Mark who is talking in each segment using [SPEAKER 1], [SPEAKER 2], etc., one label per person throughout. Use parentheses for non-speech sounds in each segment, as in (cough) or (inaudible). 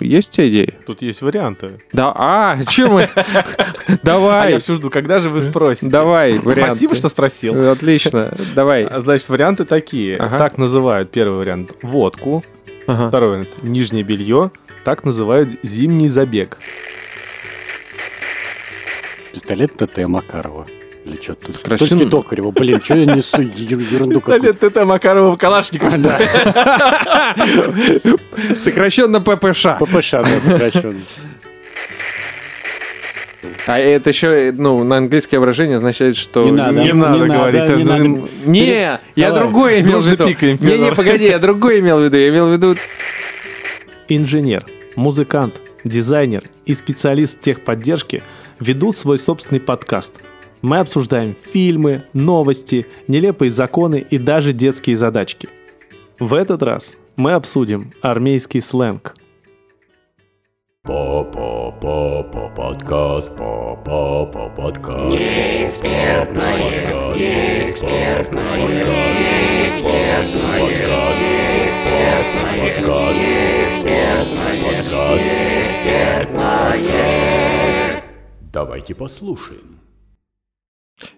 [SPEAKER 1] Есть у тебя идеи?
[SPEAKER 2] Тут есть варианты.
[SPEAKER 1] Да, а, чем (laughs) мы?
[SPEAKER 2] А я
[SPEAKER 1] Давай,
[SPEAKER 2] все жду, когда же вы спросите.
[SPEAKER 1] Э, давай, варианты.
[SPEAKER 2] Спасибо, что спросил.
[SPEAKER 1] Отлично, давай.
[SPEAKER 2] А, Значит, варианты такие.
[SPEAKER 1] Ага.
[SPEAKER 2] Так называют первый вариант водку,
[SPEAKER 1] Ага.
[SPEAKER 2] второй вариант нижнее белье, так называют зимний забег.
[SPEAKER 3] Пистолет ТТ Макарова. Или что тут?
[SPEAKER 1] Сокращенно.
[SPEAKER 3] Точки Токарева. Блин, что я несу е- ерунду какую-то?
[SPEAKER 2] Пистолет ТТ Макарова Калашников.
[SPEAKER 3] Да,
[SPEAKER 1] Сокращенно ППШ.
[SPEAKER 3] ППШ, да, сокращенно.
[SPEAKER 1] А это еще, ну, на английское выражение означает, что...
[SPEAKER 3] Не надо,
[SPEAKER 2] не
[SPEAKER 3] не
[SPEAKER 2] надо
[SPEAKER 3] надо,
[SPEAKER 2] говорить,
[SPEAKER 3] не
[SPEAKER 2] это-
[SPEAKER 3] надо.
[SPEAKER 1] Не, я
[SPEAKER 3] Давай.
[SPEAKER 1] другое имел в
[SPEAKER 2] Дружно
[SPEAKER 1] виду.
[SPEAKER 2] пикаем,
[SPEAKER 1] Не, не,
[SPEAKER 2] Федор.
[SPEAKER 1] погоди, (laughs) я другое имел в виду. Я имел в виду...
[SPEAKER 2] Инженер, музыкант, дизайнер и специалист техподдержки ведут свой собственный подкаст. Мы обсуждаем фильмы, новости, нелепые законы и даже детские задачки. В этот раз мы обсудим армейский сленг.
[SPEAKER 4] По-по-по-по подкаст, по-по-по подкаст. Неэкспертное, неэкспертное, подкаст, подкаст, подкаст, неэкспертное. Давайте послушаем.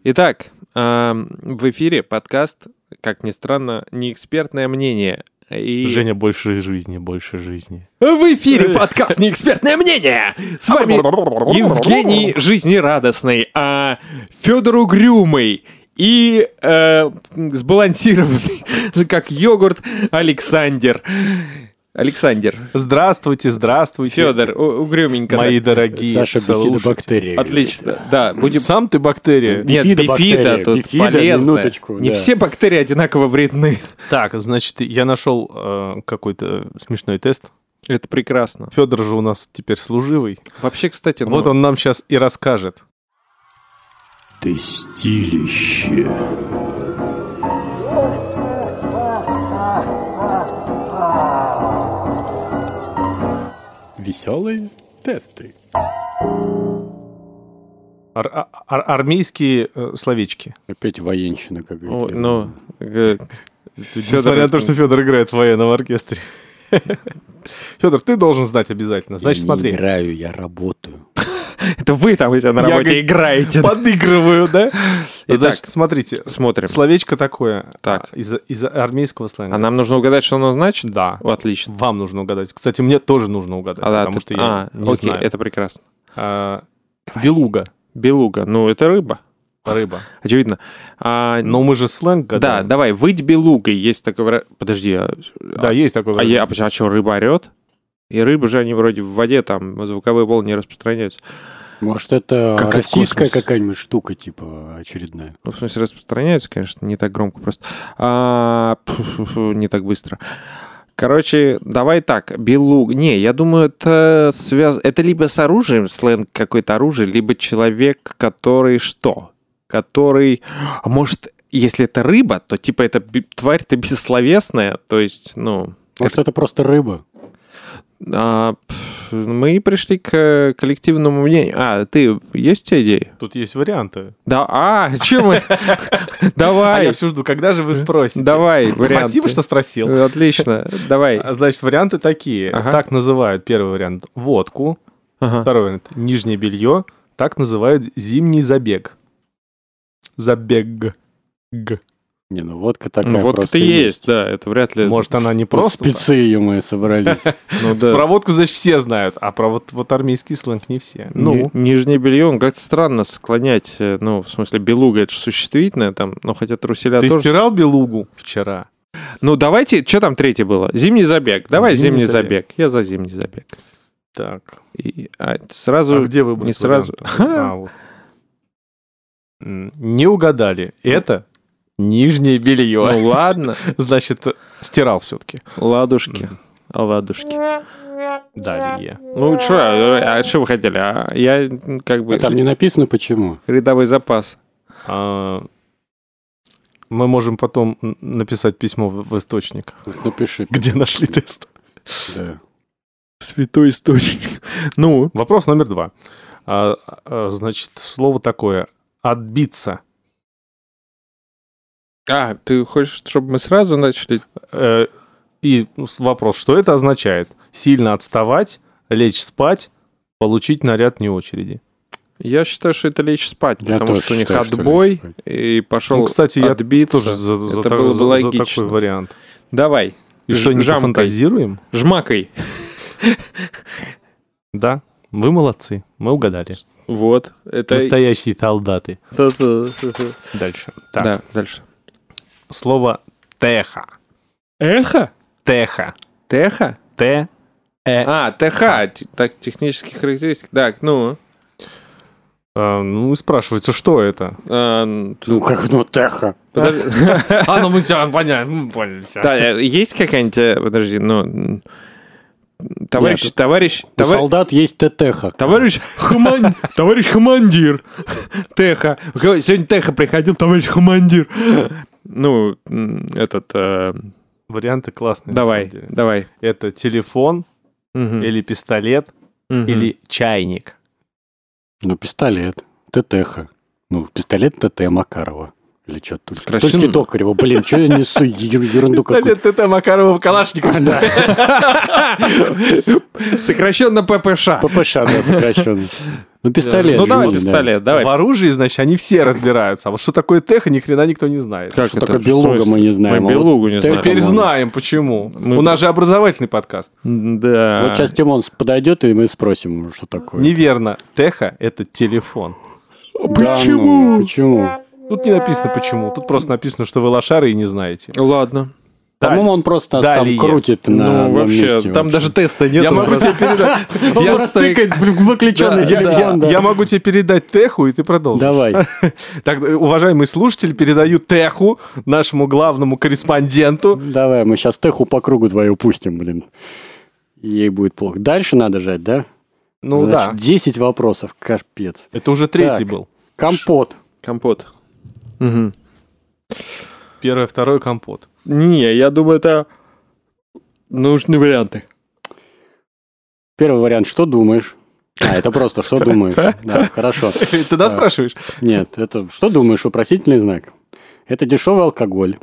[SPEAKER 1] Итак, эм, в эфире подкаст, как ни странно, неэкспертное мнение. И...
[SPEAKER 2] Женя, больше жизни, больше жизни.
[SPEAKER 1] В эфире подкаст «Неэкспертное мнение». С вами Евгений Жизнерадостный, а Федор Угрюмый и э, сбалансированный, (laughs) как йогурт, Александр. Александр.
[SPEAKER 2] Здравствуйте, здравствуйте,
[SPEAKER 1] Федор, у- угрюменько.
[SPEAKER 2] мои дорогие
[SPEAKER 3] Саша
[SPEAKER 2] слушатели.
[SPEAKER 3] бифидобактерия.
[SPEAKER 1] Отлично, да. Будем...
[SPEAKER 2] Сам ты бактерия.
[SPEAKER 1] Нет,
[SPEAKER 3] Бифидобактерия,
[SPEAKER 1] бифида тут
[SPEAKER 3] бифида,
[SPEAKER 1] полезная.
[SPEAKER 3] минуточку,
[SPEAKER 1] Не
[SPEAKER 3] да.
[SPEAKER 1] все бактерии одинаково вредны. (laughs)
[SPEAKER 2] Так, значит, я нашел э, какой-то смешной тест.
[SPEAKER 1] Это прекрасно.
[SPEAKER 2] Федор же у нас теперь служивый.
[SPEAKER 1] Вообще, кстати, ну,
[SPEAKER 2] А Вот он нам сейчас и расскажет.
[SPEAKER 4] Тестилище.
[SPEAKER 3] Веселые тесты.
[SPEAKER 2] Ар- а- ар- армейские э, словечки.
[SPEAKER 3] Опять военщина какая-то.
[SPEAKER 1] Ой, ну, э,
[SPEAKER 2] Несмотря на то, что Федор играет в военном оркестре. (laughs) Федор, ты должен знать обязательно. Значит,
[SPEAKER 3] я
[SPEAKER 2] смотри.
[SPEAKER 3] не играю, я работаю.
[SPEAKER 1] это вы там у себя на
[SPEAKER 2] Я,
[SPEAKER 1] работе
[SPEAKER 2] говорит,
[SPEAKER 1] играете.
[SPEAKER 2] Подыгрываю, да?
[SPEAKER 1] Итак.
[SPEAKER 2] Значит, смотрите.
[SPEAKER 1] Смотрим.
[SPEAKER 2] Словечко такое.
[SPEAKER 1] Так.
[SPEAKER 2] а, Из, из армейского сленга.
[SPEAKER 1] А нам нужно угадать, что оно значит?
[SPEAKER 2] Да.
[SPEAKER 1] О, Отлично.
[SPEAKER 2] Вам нужно угадать. Кстати, мне тоже нужно угадать,
[SPEAKER 1] А, да,
[SPEAKER 2] Ну, потому
[SPEAKER 1] ты-
[SPEAKER 2] что я
[SPEAKER 1] а,
[SPEAKER 2] не
[SPEAKER 1] окей,
[SPEAKER 2] знаю.
[SPEAKER 1] это прекрасно.
[SPEAKER 2] А, Белуга.
[SPEAKER 1] Белуга, ну это рыба, (laughs)
[SPEAKER 2] Рыба.
[SPEAKER 1] очевидно. А,
[SPEAKER 2] Но мы же сленг
[SPEAKER 1] да,
[SPEAKER 2] гадаем.
[SPEAKER 1] давай, выть белугой, есть такой... вра- Подожди, а,
[SPEAKER 2] Да, есть такой
[SPEAKER 1] а,
[SPEAKER 2] вариант.
[SPEAKER 1] я- а почему- а чё, рыба орет? И рыбы же, они вроде в воде, там звуковые волны не распространяются.
[SPEAKER 3] Может, это
[SPEAKER 1] Как и в
[SPEAKER 3] российская
[SPEAKER 1] космосе.
[SPEAKER 3] какая-нибудь штука, типа, очередная?
[SPEAKER 1] Ну, в смысле, распространяются, конечно, не так громко просто. А, пф-фу-фу, не так быстро. Короче, давай так, белуг... Не, я думаю, это связ... Это либо с оружием, сленг какой-то оружие, либо человек, который что? Который... А Может, если это рыба, то типа это бе- тварь-то бессловесная, то есть, ну...
[SPEAKER 3] Может, это просто рыба?
[SPEAKER 1] а, пф, мы пришли к э, коллективному мнению. А, ты, есть у тебя идеи?
[SPEAKER 2] Тут есть варианты.
[SPEAKER 1] Да, а, чем мы? (laughs)
[SPEAKER 2] А я
[SPEAKER 1] Давай,
[SPEAKER 2] все жду, когда же вы спросите.
[SPEAKER 1] давай, варианты.
[SPEAKER 2] Спасибо, что спросил.
[SPEAKER 1] Э, Отлично, давай.
[SPEAKER 2] А, Значит, варианты такие.
[SPEAKER 1] Ага.
[SPEAKER 2] Так называют первый вариант водку,
[SPEAKER 1] Ага.
[SPEAKER 2] второй вариант нижнее белье, так называют зимний забег. Забег. Г.
[SPEAKER 3] Не, ну водка такая
[SPEAKER 1] Ну, водка-то
[SPEAKER 3] просто
[SPEAKER 1] есть, да, это вряд ли.
[SPEAKER 2] Может, она не
[SPEAKER 3] Вот
[SPEAKER 2] просто.
[SPEAKER 3] Спецы ее мы собрались.
[SPEAKER 1] ну,
[SPEAKER 2] так?
[SPEAKER 1] да.
[SPEAKER 2] Про водку, значит, все знают, а про вот, вот армейский сленг не все.
[SPEAKER 1] Ну.
[SPEAKER 2] Ну,
[SPEAKER 1] нижнее белье, он как-то странно склонять, э, ну, в смысле, белуга, это же существительное там, ну, хотя труселя
[SPEAKER 2] ты
[SPEAKER 1] тоже.
[SPEAKER 2] стирал белугу вчера?
[SPEAKER 1] Ну, давайте, что там третье было? Зимний забег, давай
[SPEAKER 2] Зимний
[SPEAKER 1] зимний, забег. я за зимний забег.
[SPEAKER 2] Так.
[SPEAKER 1] И, а, сразу,
[SPEAKER 2] А где выбрать
[SPEAKER 1] не сразу.
[SPEAKER 2] варианты?
[SPEAKER 1] (laughs)
[SPEAKER 2] А, вот. М, Не угадали. Это
[SPEAKER 1] (laughs)
[SPEAKER 2] нижнее белье.
[SPEAKER 1] ну, ладно,
[SPEAKER 2] Значит, стирал все-таки.
[SPEAKER 1] ладушки, а, ладушки.
[SPEAKER 2] Далее.
[SPEAKER 1] Ну, что, а что вы хотели? А, я м, как бы
[SPEAKER 3] А Там не написано, почему.
[SPEAKER 1] рядовой запас.
[SPEAKER 2] А, Мы можем потом н- написать письмо в в источник, (laughs)
[SPEAKER 3] Вот Напиши.
[SPEAKER 2] где нашли тест.
[SPEAKER 3] Ну, Да.
[SPEAKER 1] Святой источник. Ну,
[SPEAKER 2] Вопрос номер два. А, а, Значит, слово такое. Отбиться.
[SPEAKER 1] а, ты хочешь, чтобы мы сразу начали?
[SPEAKER 2] Э, И ну, с- вопрос, что это означает? Сильно отставать, лечь спать, получить наряд не очереди.
[SPEAKER 1] Я считаю, что это лечь спать,
[SPEAKER 3] Я
[SPEAKER 1] потому
[SPEAKER 3] тоже
[SPEAKER 1] что у них
[SPEAKER 3] считаю, что лечь
[SPEAKER 1] отбой
[SPEAKER 3] спать.
[SPEAKER 1] и пошел
[SPEAKER 2] Ну, кстати, я
[SPEAKER 1] отбиться.
[SPEAKER 2] тоже за, за
[SPEAKER 1] это
[SPEAKER 2] та-
[SPEAKER 1] было бы
[SPEAKER 2] за- за
[SPEAKER 1] логично.
[SPEAKER 2] такой вариант.
[SPEAKER 1] Давай.
[SPEAKER 2] И
[SPEAKER 1] Ж-
[SPEAKER 2] что, не
[SPEAKER 1] жамкой.
[SPEAKER 2] фантазируем?
[SPEAKER 1] Жмакай.
[SPEAKER 2] Да, вы молодцы, мы угадали.
[SPEAKER 1] Вот. Это...
[SPEAKER 2] Настоящие солдаты. Дальше. Так,
[SPEAKER 1] Да, дальше.
[SPEAKER 2] слово «теха».
[SPEAKER 1] Эхо?
[SPEAKER 2] «Теха».
[SPEAKER 1] Теха?
[SPEAKER 2] «Т». «Э».
[SPEAKER 1] А, ТХ, те- так, технические характеристики. Так, ну,
[SPEAKER 2] А, ну и спрашивается, что это?
[SPEAKER 1] эм,
[SPEAKER 3] Ну как, ну теха.
[SPEAKER 1] подожди.
[SPEAKER 2] (laughs) А, ну мы тебя поняли, мы поняли тебя.
[SPEAKER 1] Да, э, есть какая-нибудь, э, подожди, ну, м, товарищ,
[SPEAKER 3] Нет,
[SPEAKER 1] товарищ,
[SPEAKER 3] У
[SPEAKER 1] товарищ,
[SPEAKER 3] солдат есть тетеха.
[SPEAKER 1] Товарищ, Хаман- товарищ командир Теха. Сегодня Теха приходил, товарищ командир. Ну, м, этот, э,
[SPEAKER 2] Варианты классные. на
[SPEAKER 1] давай,
[SPEAKER 2] самом деле.
[SPEAKER 1] давай.
[SPEAKER 2] Это телефон
[SPEAKER 1] Мгм,
[SPEAKER 2] или пистолет
[SPEAKER 1] мгм.
[SPEAKER 2] или чайник.
[SPEAKER 3] Ну пистолет. Тетеха. Ну пистолет ТТ Макарова. Или что тут?
[SPEAKER 1] Сокращенно.
[SPEAKER 3] Точки Токарева. Блин, что я несу еру- ерунду какую-то?
[SPEAKER 2] ТТ Макарова в Калашников.
[SPEAKER 3] (laughs)
[SPEAKER 1] Сокращенно ППШ.
[SPEAKER 3] ППШ, да, сокращенно. Ну пистолет.
[SPEAKER 1] Ну, давай
[SPEAKER 3] Жулин, да.
[SPEAKER 1] пистолет, давай.
[SPEAKER 2] В оружии, значит, они все разбираются. А вот что такое теха, ни хрена никто не знает.
[SPEAKER 1] Как
[SPEAKER 3] Что
[SPEAKER 1] это?
[SPEAKER 3] такое белуга,
[SPEAKER 1] Что
[SPEAKER 3] мы не знаем.
[SPEAKER 1] Мы
[SPEAKER 3] А вот
[SPEAKER 1] белугу не
[SPEAKER 3] Теха
[SPEAKER 1] знаем.
[SPEAKER 2] Теперь
[SPEAKER 3] по-моему.
[SPEAKER 2] знаем, почему.
[SPEAKER 1] Мы-
[SPEAKER 2] У нас же образовательный подкаст.
[SPEAKER 1] Да.
[SPEAKER 3] Вот сейчас Тимон подойдет, и мы спросим, что такое.
[SPEAKER 2] Неверно. Теха — это телефон.
[SPEAKER 3] Да, ну, Почему?
[SPEAKER 2] Тут не написано почему. Тут просто написано, что вы лошары и не знаете.
[SPEAKER 1] Ладно.
[SPEAKER 2] Да.
[SPEAKER 3] По-моему, он просто нас
[SPEAKER 2] Далее.
[SPEAKER 3] там крутит на
[SPEAKER 1] ну,
[SPEAKER 3] на
[SPEAKER 1] вообще,
[SPEAKER 3] месте
[SPEAKER 1] там
[SPEAKER 3] вообще.
[SPEAKER 1] даже теста нет.
[SPEAKER 2] Я
[SPEAKER 1] он
[SPEAKER 2] могу
[SPEAKER 1] просто-
[SPEAKER 2] тебе передать.
[SPEAKER 3] Он
[SPEAKER 1] Я
[SPEAKER 3] просто
[SPEAKER 1] стою-
[SPEAKER 3] тыкает в выключенный
[SPEAKER 1] Да,
[SPEAKER 3] телефон. да.
[SPEAKER 2] Я могу тебе передать теху, и ты продолжишь.
[SPEAKER 3] Давай.
[SPEAKER 2] Так, э, уважаемый слушатель, передаю Теху, нашему главному корреспонденту.
[SPEAKER 3] Давай, мы сейчас Теху по кругу твою пустим, блин. Ей будет плохо. Дальше надо жать, да?
[SPEAKER 2] Ну
[SPEAKER 3] Значит,
[SPEAKER 2] да,
[SPEAKER 3] 10 вопросов, капец.
[SPEAKER 2] это уже третий
[SPEAKER 3] Так.
[SPEAKER 2] был.
[SPEAKER 3] Компот.
[SPEAKER 1] Компот. Мгм.
[SPEAKER 2] Первый, второй компот. (laughs)
[SPEAKER 1] Не, я думаю, это нужные варианты.
[SPEAKER 3] Первый вариант, что думаешь? А, это просто, что думаешь? Да, хорошо. А,
[SPEAKER 2] Ты да спрашиваешь?
[SPEAKER 3] Нет, это что думаешь, вопросительный знак. Это дешевый алкоголь.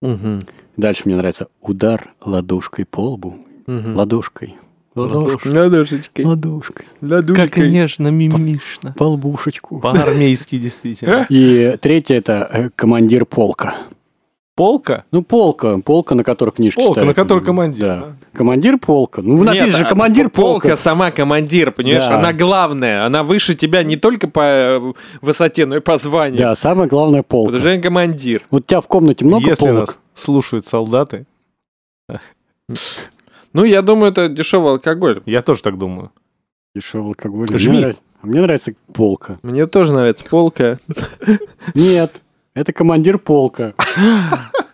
[SPEAKER 1] Мгм.
[SPEAKER 3] Дальше мне нравится. Удар ладошкой по лбу.
[SPEAKER 1] Мгм.
[SPEAKER 3] Ладошкой. Ладошкой.
[SPEAKER 1] Ладошечки.
[SPEAKER 3] Ладошкой.
[SPEAKER 2] Как
[SPEAKER 1] Ладушкой.
[SPEAKER 2] нежно, мимишно.
[SPEAKER 3] По лбушечку.
[SPEAKER 2] По-армейски, действительно.
[SPEAKER 3] И третье это э, командир полка.
[SPEAKER 2] Полка?
[SPEAKER 3] Ну, полка, полка, на которой книжки
[SPEAKER 2] Полка,
[SPEAKER 3] ставят.
[SPEAKER 2] на которой командир.
[SPEAKER 3] Да.
[SPEAKER 2] да.
[SPEAKER 3] Командир полка. Ну, написано же
[SPEAKER 1] а
[SPEAKER 3] командир
[SPEAKER 1] п- полка.
[SPEAKER 3] полка.
[SPEAKER 1] сама командир, понимаешь?
[SPEAKER 3] Да.
[SPEAKER 1] Она главная. Она выше тебя не только по э, высоте, но и по званию.
[SPEAKER 3] Да, самое главное полка.
[SPEAKER 1] Потому что я командир.
[SPEAKER 3] Вот у тебя в комнате много
[SPEAKER 2] Если
[SPEAKER 3] полок?
[SPEAKER 2] нас слушают солдаты,
[SPEAKER 1] Ну, я думаю, это дешевый алкоголь.
[SPEAKER 2] я тоже так думаю.
[SPEAKER 3] Дешевый алкоголь.
[SPEAKER 2] Жми.
[SPEAKER 3] Мне нравится, мне нравится полка.
[SPEAKER 1] Мне тоже нравится полка.
[SPEAKER 3] Нет, это командир полка.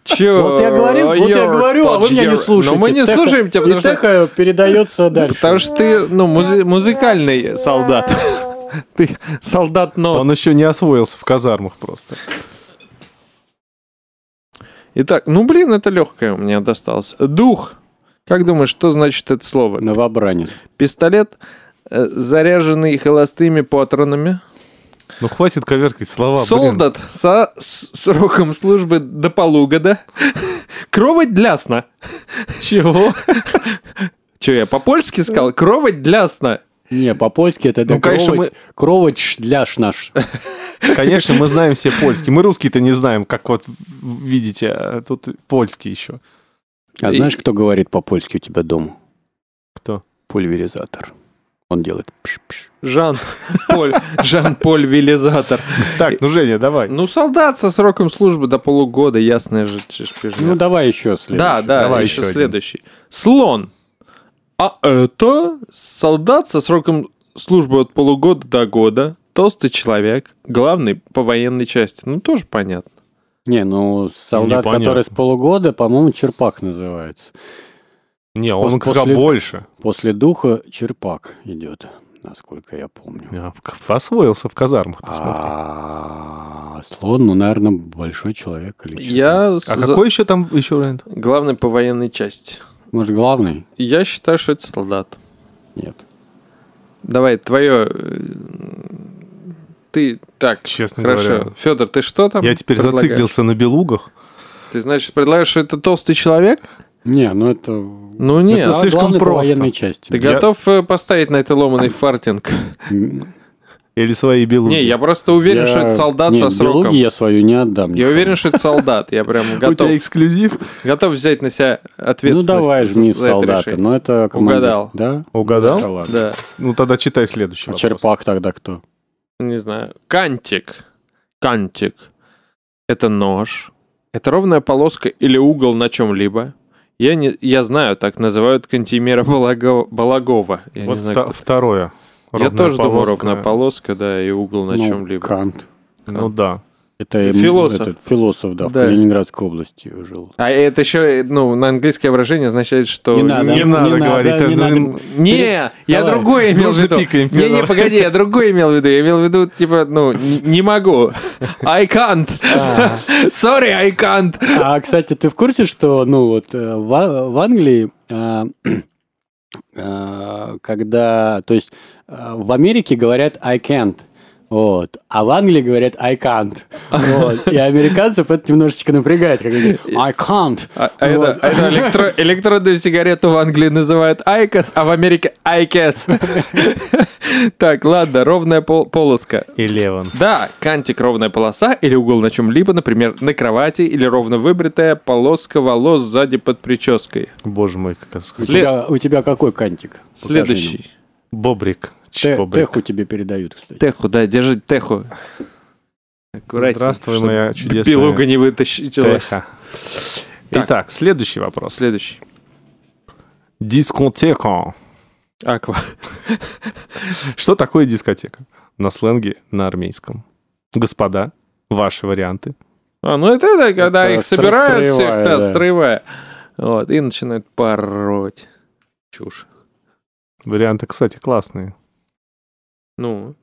[SPEAKER 1] Чё?
[SPEAKER 3] Ну, Вот я говорил, вот я
[SPEAKER 1] Ёр,
[SPEAKER 3] говорю, а вы меня не
[SPEAKER 1] подъёр.
[SPEAKER 3] слушаете.
[SPEAKER 1] Но мы не
[SPEAKER 3] Теха-
[SPEAKER 1] слушаем тебя,
[SPEAKER 3] и
[SPEAKER 1] потому что...
[SPEAKER 3] Теха передается дальше.
[SPEAKER 1] Потому что ты, ну, музи- музыкальный солдат.
[SPEAKER 3] (laughs)
[SPEAKER 1] Ты солдат но.
[SPEAKER 2] Он еще не освоился в казармах просто.
[SPEAKER 1] Итак, ну, блин, это легкое у меня досталось. Дух. Как думаешь, что значит это слово?
[SPEAKER 3] Новобранец.
[SPEAKER 1] Пистолет, э, заряженный холостыми патронами.
[SPEAKER 2] Ну хватит коверкать слова, блин.
[SPEAKER 1] Солдат со с- сроком службы до полугода. Кровать для сна.
[SPEAKER 2] Чего?
[SPEAKER 1] Че, я по-польски сказал? Кровать для сна.
[SPEAKER 3] Не, по-польски это
[SPEAKER 2] Ну, конечно,
[SPEAKER 3] кровать, кровать шляш наш.
[SPEAKER 2] Конечно, мы знаем все польский. Мы русский-то не знаем, как вот видите, а тут польский еще.
[SPEAKER 3] А
[SPEAKER 1] И-
[SPEAKER 3] знаешь, кто говорит по-польски у тебя дома?
[SPEAKER 2] Кто?
[SPEAKER 3] Пульверизатор. Он делает пш-пш.
[SPEAKER 1] Жан-Поль, Жан-Поль Велизатор.
[SPEAKER 2] Так, ну, Женя, давай.
[SPEAKER 1] Ну, солдат со сроком службы до полугода, ясная же чешпежня.
[SPEAKER 3] Ну, давай еще следующий.
[SPEAKER 1] Да, да,
[SPEAKER 2] Давай
[SPEAKER 1] еще,
[SPEAKER 2] еще один.
[SPEAKER 1] следующий. Слон. А это солдат со сроком службы от полугода до года, толстый человек, главный по военной части. Ну, тоже понятно.
[SPEAKER 3] Не, ну, солдат,
[SPEAKER 2] Непонятно.
[SPEAKER 3] который с полугода, по-моему, черпак называется.
[SPEAKER 2] Не,
[SPEAKER 3] он
[SPEAKER 2] он
[SPEAKER 3] после-
[SPEAKER 2] сказал больше.
[SPEAKER 3] После духа черпак идет, насколько я помню.
[SPEAKER 2] А, в- Освоился в казармах, ты смотри.
[SPEAKER 3] А слон, ну, наверное, большой человек или что?
[SPEAKER 1] Я
[SPEAKER 2] А
[SPEAKER 1] за-
[SPEAKER 2] какой еще там еще вариант?
[SPEAKER 1] главный по военной части.
[SPEAKER 3] Может, главный?
[SPEAKER 1] Я считаю, что это солдат.
[SPEAKER 3] Нет.
[SPEAKER 1] Давай, твое... Ты так,
[SPEAKER 2] Честно
[SPEAKER 1] хорошо.
[SPEAKER 2] говоря.
[SPEAKER 1] Федор, ты что там?
[SPEAKER 2] Я теперь
[SPEAKER 1] предлагаешь?
[SPEAKER 2] зациклился на белугах.
[SPEAKER 1] Ты, значит, предлагаешь, что это толстый человек?
[SPEAKER 3] Не, ну это...
[SPEAKER 1] Ну нет,
[SPEAKER 3] это
[SPEAKER 2] слишком
[SPEAKER 3] главное по
[SPEAKER 2] просто.
[SPEAKER 3] военной части.
[SPEAKER 1] ты
[SPEAKER 2] я-
[SPEAKER 1] готов э, поставить на это ломаный фартинг?
[SPEAKER 3] М,
[SPEAKER 2] Или свои белуги.
[SPEAKER 1] Не, я просто уверен,
[SPEAKER 3] я-
[SPEAKER 1] что это солдат
[SPEAKER 3] не,
[SPEAKER 1] со сроком.
[SPEAKER 3] биологию я свою не отдам. Ну,
[SPEAKER 1] Я уверен, что это солдат. Я
[SPEAKER 3] (laughs)
[SPEAKER 1] прям
[SPEAKER 2] У
[SPEAKER 1] готов,
[SPEAKER 2] тебя эксклюзив?
[SPEAKER 1] готов взять на себя
[SPEAKER 3] Ну
[SPEAKER 1] ответственность.
[SPEAKER 3] давай
[SPEAKER 1] за
[SPEAKER 3] жми в
[SPEAKER 1] это
[SPEAKER 3] солдата. ну.
[SPEAKER 1] решение.
[SPEAKER 3] Но это командир.
[SPEAKER 1] Угадал.
[SPEAKER 3] Да? Да
[SPEAKER 2] Угадал?
[SPEAKER 3] ладно.
[SPEAKER 1] Да,
[SPEAKER 2] Ну тогда читай следующий
[SPEAKER 3] А
[SPEAKER 2] вопрос.
[SPEAKER 3] черпак тогда кто?
[SPEAKER 1] не знаю. Кантик. Кантик. Это нож. Это ровная полоска или угол на чем-либо. Я, не, я знаю, так называют кантимера Балаго- Балагова. Я не
[SPEAKER 2] Вот
[SPEAKER 1] знаю,
[SPEAKER 2] вта-
[SPEAKER 1] кто-
[SPEAKER 2] второе.
[SPEAKER 1] Я
[SPEAKER 2] Ровная
[SPEAKER 1] тоже думаю,
[SPEAKER 2] полоска.
[SPEAKER 1] ровная полоска, да, и угол на
[SPEAKER 3] Ну,
[SPEAKER 1] чем-либо.
[SPEAKER 3] Кант.
[SPEAKER 2] Ну да.
[SPEAKER 3] Это м,
[SPEAKER 1] Философ.
[SPEAKER 3] этот, философ, да, в
[SPEAKER 1] Да.
[SPEAKER 3] Калининградской области жил.
[SPEAKER 1] А это еще, ну, на английское выражение означает, что...
[SPEAKER 3] Не надо,
[SPEAKER 2] Не
[SPEAKER 3] не
[SPEAKER 2] надо
[SPEAKER 3] надо,
[SPEAKER 2] говорить.
[SPEAKER 3] не
[SPEAKER 2] это,
[SPEAKER 3] надо.
[SPEAKER 2] блин,
[SPEAKER 1] Не, я
[SPEAKER 3] Давай.
[SPEAKER 1] другое имел в
[SPEAKER 2] Дружно
[SPEAKER 1] виду.
[SPEAKER 2] пикаем,
[SPEAKER 1] Не, не,
[SPEAKER 2] Федор.
[SPEAKER 1] погоди, я другое имел в виду. Я имел в виду, типа, ну, н- не могу. I can't. Sorry, I can't.
[SPEAKER 3] А, кстати, ты в курсе, что, ну, вот э, в, А- в Англии, а, (clears throat) а, когда, то есть, а, в Америке говорят I can't, вот, а в Англии говорят I can't, вот, и американцев это немножечко напрягает, когда говорят I can't,
[SPEAKER 1] А, а это,
[SPEAKER 3] Вот.
[SPEAKER 1] а это электро- электронную сигарету в Англии называют Айкос, а в Америке Айкес. (laughs) Так, ладно, ровная пол- полоска.
[SPEAKER 2] Элеван.
[SPEAKER 1] Да, кантик ровная полоса или угол на чем-либо, например, на кровати или ровно выбритая полоска волос сзади под прической.
[SPEAKER 2] Боже мой, как
[SPEAKER 3] У,
[SPEAKER 2] сказать.
[SPEAKER 1] След-
[SPEAKER 3] тебя, у тебя какой кантик? Покажи нам.
[SPEAKER 1] Следующий.
[SPEAKER 2] Бобрик.
[SPEAKER 3] Те-
[SPEAKER 2] Чпобрик.
[SPEAKER 3] Теху тебе передают, кстати.
[SPEAKER 1] Теху, да, держи теху. Аккуратнее.
[SPEAKER 2] Здравствуй,
[SPEAKER 1] чтобы
[SPEAKER 2] моя чудесная
[SPEAKER 1] Белуга не вытащилась.
[SPEAKER 2] Теха. Итак, следующий вопрос.
[SPEAKER 1] Следующий.
[SPEAKER 2] Дискотека.
[SPEAKER 1] Аква.
[SPEAKER 2] Что такое дискотека? На сленге на армейском. Господа, ваши варианты.
[SPEAKER 1] А, ну это, да, когда
[SPEAKER 3] Это
[SPEAKER 1] их
[SPEAKER 3] стро-
[SPEAKER 1] собирают всех,
[SPEAKER 3] строевая,
[SPEAKER 1] да,
[SPEAKER 3] да.
[SPEAKER 1] строевая. Вот, и начинают пороть. Чушь.
[SPEAKER 2] Варианты, кстати, классные.
[SPEAKER 1] Ну,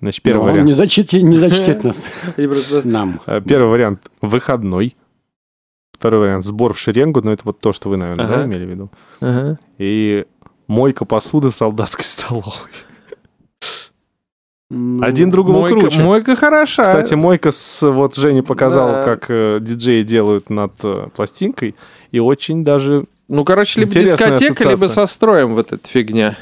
[SPEAKER 2] Значит, первый
[SPEAKER 3] Он
[SPEAKER 2] вариант.
[SPEAKER 3] не зачитит, не зачтет нас,
[SPEAKER 1] и просто...
[SPEAKER 3] нам.
[SPEAKER 2] Э, Первый вариант – выходной. Второй вариант – сбор в шеренгу. Но это вот то, что вы, наверное, да,
[SPEAKER 1] Ага.
[SPEAKER 2] имели в виду.
[SPEAKER 1] Ага.
[SPEAKER 2] И мойка посуды в солдатской (laughs) столовой.
[SPEAKER 3] Ну,
[SPEAKER 2] Один другому
[SPEAKER 1] Мойка,
[SPEAKER 2] круче.
[SPEAKER 1] мойка хороша.
[SPEAKER 2] Кстати, мойка с... Вот Женя показал,
[SPEAKER 1] Да.
[SPEAKER 2] как э, диджеи делают над э, пластинкой. И очень даже...
[SPEAKER 1] ну, короче, либо
[SPEAKER 2] интересная
[SPEAKER 1] дискотека, либо
[SPEAKER 2] ассоциация.
[SPEAKER 1] со строем вот эта фигня.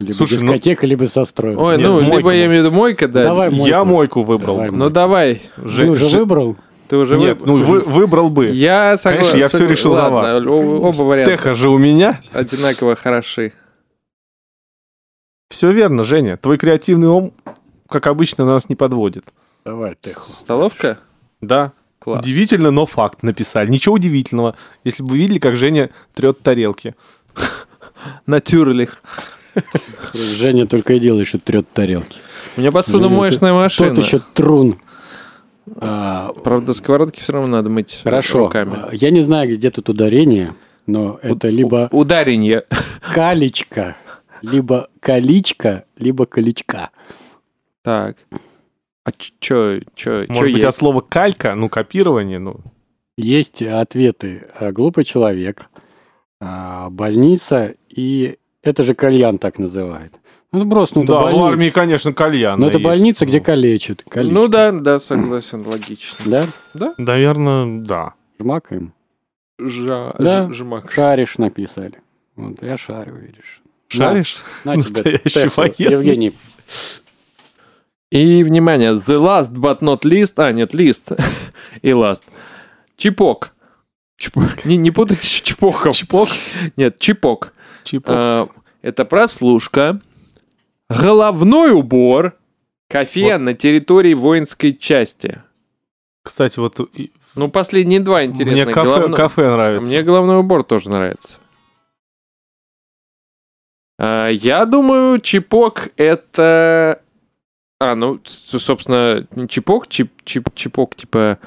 [SPEAKER 3] Либо
[SPEAKER 2] Слушай, ну-
[SPEAKER 3] дискотека, либо состроим.
[SPEAKER 1] Ой,
[SPEAKER 2] Нет,
[SPEAKER 1] ну,
[SPEAKER 2] мойка
[SPEAKER 1] либо я
[SPEAKER 2] была.
[SPEAKER 1] имею в виду мойка, да.
[SPEAKER 3] Давай мойку.
[SPEAKER 2] Я мойку выбрал.
[SPEAKER 3] Давай
[SPEAKER 2] бы.
[SPEAKER 1] Ну,
[SPEAKER 3] мойку.
[SPEAKER 1] давай.
[SPEAKER 2] Же-
[SPEAKER 3] Ты уже
[SPEAKER 2] же-
[SPEAKER 3] выбрал?
[SPEAKER 1] Ты уже...
[SPEAKER 2] Нет,
[SPEAKER 1] вы-
[SPEAKER 2] ну вы- выбрал бы.
[SPEAKER 1] Я согласен.
[SPEAKER 2] Конечно, я всё решил за вас.
[SPEAKER 1] Оба варианта
[SPEAKER 2] Теха же у меня.
[SPEAKER 1] одинаково хороши.
[SPEAKER 2] Все верно, Женя. Твой креативный ум, как обычно, нас не подводит.
[SPEAKER 3] Давай, Теху.
[SPEAKER 1] Столовка?
[SPEAKER 2] Да.
[SPEAKER 1] Класс.
[SPEAKER 2] Удивительно, но факт написали. Ничего удивительного, если бы вы видели, как Женя трет тарелки.
[SPEAKER 1] Натюрлих.
[SPEAKER 3] Женя только и делает, что трет тарелки.
[SPEAKER 1] У меня посудомоечная машина.
[SPEAKER 3] Тот еще трун. А,
[SPEAKER 1] Правда, сковородки все равно надо мыть
[SPEAKER 3] хорошо.
[SPEAKER 1] руками.
[SPEAKER 3] А, Я не знаю, где тут ударение, но это либо
[SPEAKER 1] Ударенье.
[SPEAKER 3] калечка, либо количка, либо колечка.
[SPEAKER 1] Так. А ч- чё, чё, чё
[SPEAKER 2] Может быть, от
[SPEAKER 1] есть?
[SPEAKER 2] слова калька, ну, копирование, ну,
[SPEAKER 3] Есть ответы а, глупый человек, а, больница и это же кальян так называют. Ну, это просто, ну, это
[SPEAKER 2] да, в
[SPEAKER 3] больница.
[SPEAKER 2] армии, конечно, кальян.
[SPEAKER 3] Но это больница, где калечат.
[SPEAKER 1] Ну да, да, согласен, логично.
[SPEAKER 3] Да?
[SPEAKER 2] Наверное, да.
[SPEAKER 3] Жмакаем.
[SPEAKER 1] Жа-
[SPEAKER 3] Да.
[SPEAKER 1] ж- жмак.
[SPEAKER 3] Шаришь написали. Вот, я шарю, видишь.
[SPEAKER 2] Шаришь?
[SPEAKER 3] На тебе
[SPEAKER 2] Настоящий
[SPEAKER 3] Теху.
[SPEAKER 2] военный.
[SPEAKER 3] Евгений,
[SPEAKER 1] И, внимание, the last but not least, (laughs) а, нет, лист и last. Чипок. Чипок. Не, не путайте с чипоком. Чипок? Нет, чипок.
[SPEAKER 2] Чипок.
[SPEAKER 1] А, Это прослушка, головной убор, кофе на территории воинской части.
[SPEAKER 2] Кстати, вот и-
[SPEAKER 1] Ну, последние два интересные.
[SPEAKER 2] мне кафе,
[SPEAKER 1] Головно-
[SPEAKER 2] кафе
[SPEAKER 1] А
[SPEAKER 2] нравится.
[SPEAKER 1] Мне головной убор тоже нравится. А, Я думаю, чипок это... А, ну, с- собственно, чипок, чип, чип- чипок, типа,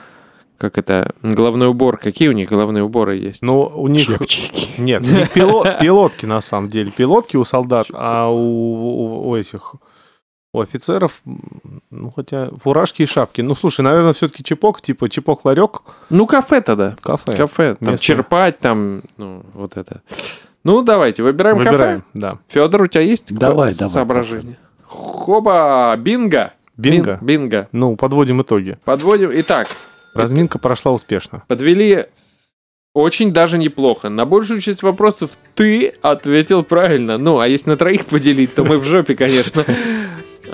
[SPEAKER 1] как это, головной убор. Какие у них головные уборы есть?
[SPEAKER 2] Ну, у них...
[SPEAKER 3] чепчики.
[SPEAKER 2] Нет, (laughs) у них пило- пилотки, на самом деле. Пилотки у солдат, а у, у- у этих... У офицеров, м, ну, хотя фуражки и шапки. Ну, слушай, наверное, все-таки чепок, типа чепок-ларек,
[SPEAKER 1] Ну, кафе тогда.
[SPEAKER 2] кафе.
[SPEAKER 1] Кафе, там
[SPEAKER 2] Местное.
[SPEAKER 1] черпать, там, ну, вот это. Ну, давайте, выбираем,
[SPEAKER 2] Выбираем,
[SPEAKER 1] кафе.
[SPEAKER 2] да.
[SPEAKER 1] Федор, у тебя есть какое-
[SPEAKER 3] Давай, давай,
[SPEAKER 1] соображение? Хоба, бинго.
[SPEAKER 2] Бинго.
[SPEAKER 1] Бин- бинго.
[SPEAKER 2] Ну, подводим итоги.
[SPEAKER 1] Подводим. Итак,
[SPEAKER 2] Разминка прошла успешно.
[SPEAKER 1] подвели Очень даже неплохо. На большую часть вопросов ты ответил правильно. Ну, а если на троих поделить, то мы в жопе, конечно.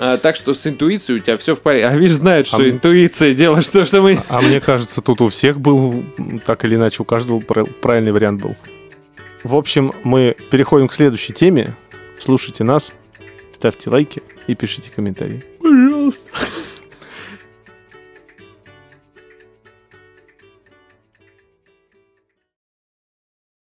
[SPEAKER 1] А, так что с интуицией у тебя все в порядке. А видишь, знает, что
[SPEAKER 2] мне-
[SPEAKER 1] интуиция дело, что, что мы...
[SPEAKER 2] А мне кажется, тут у всех был, м, так или иначе, у каждого пра- правильный вариант был. В общем, мы переходим к следующей теме. Слушайте нас, ставьте лайки и пишите комментарии. Пожалуйста.